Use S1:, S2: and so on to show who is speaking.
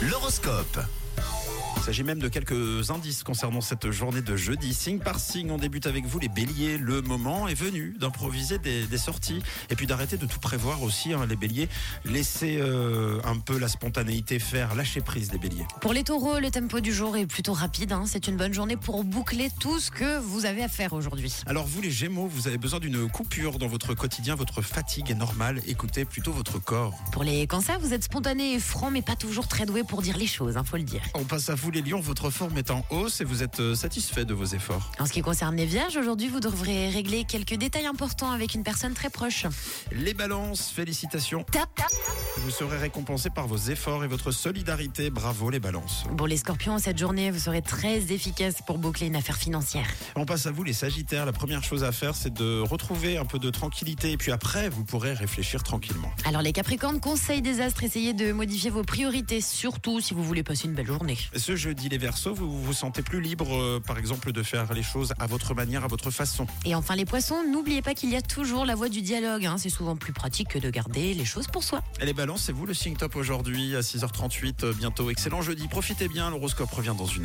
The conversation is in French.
S1: L'horoscope. Il s'agit même de quelques indices concernant cette journée de jeudi. Signe par signe, on débute avec vous les béliers. Le moment est venu d'improviser des, des sorties et puis d'arrêter de tout prévoir aussi, hein, les béliers. Laissez euh, un peu la spontanéité faire, lâchez prise les béliers.
S2: Pour les taureaux, le tempo du jour est plutôt rapide. hein. C'est une bonne journée pour boucler tout ce que vous avez à faire aujourd'hui.
S1: Alors vous les gémeaux, vous avez besoin d'une coupure dans votre quotidien, votre fatigue est normale, écoutez plutôt votre corps.
S2: Pour les cancers, vous êtes spontané et franc, mais pas toujours très doué pour dire les choses, hein, faut le dire.
S1: On passe à vous les lions, votre forme est en hausse et vous êtes euh, satisfait de vos efforts.
S2: En ce qui concerne les vierges, aujourd'hui, vous devrez régler quelques détails importants avec une personne très proche.
S1: Les balances, félicitations.
S2: Tap, tap.
S1: Vous serez récompensé par vos efforts et votre solidarité. Bravo les balances.
S2: Pour les scorpions, cette journée, vous serez très efficace pour boucler une affaire financière.
S1: On passe à vous les sagittaires. La première chose à faire, c'est de retrouver un peu de tranquillité. Et puis après, vous pourrez réfléchir tranquillement.
S2: Alors les capricornes, conseil des astres, essayez de modifier vos priorités, surtout si vous voulez passer une belle journée.
S1: Ce jeudi, les versos, vous vous sentez plus libre, euh, par exemple, de faire les choses à votre manière, à votre façon.
S2: Et enfin les poissons, n'oubliez pas qu'il y a toujours la voie du dialogue, hein. c'est souvent plus pratique que de garder les choses pour soi.
S1: Et les balances, c'est vous le signe top aujourd'hui à 6h38. euh, Bientôt, excellent jeudi. Profitez bien. L'horoscope revient dans une heure.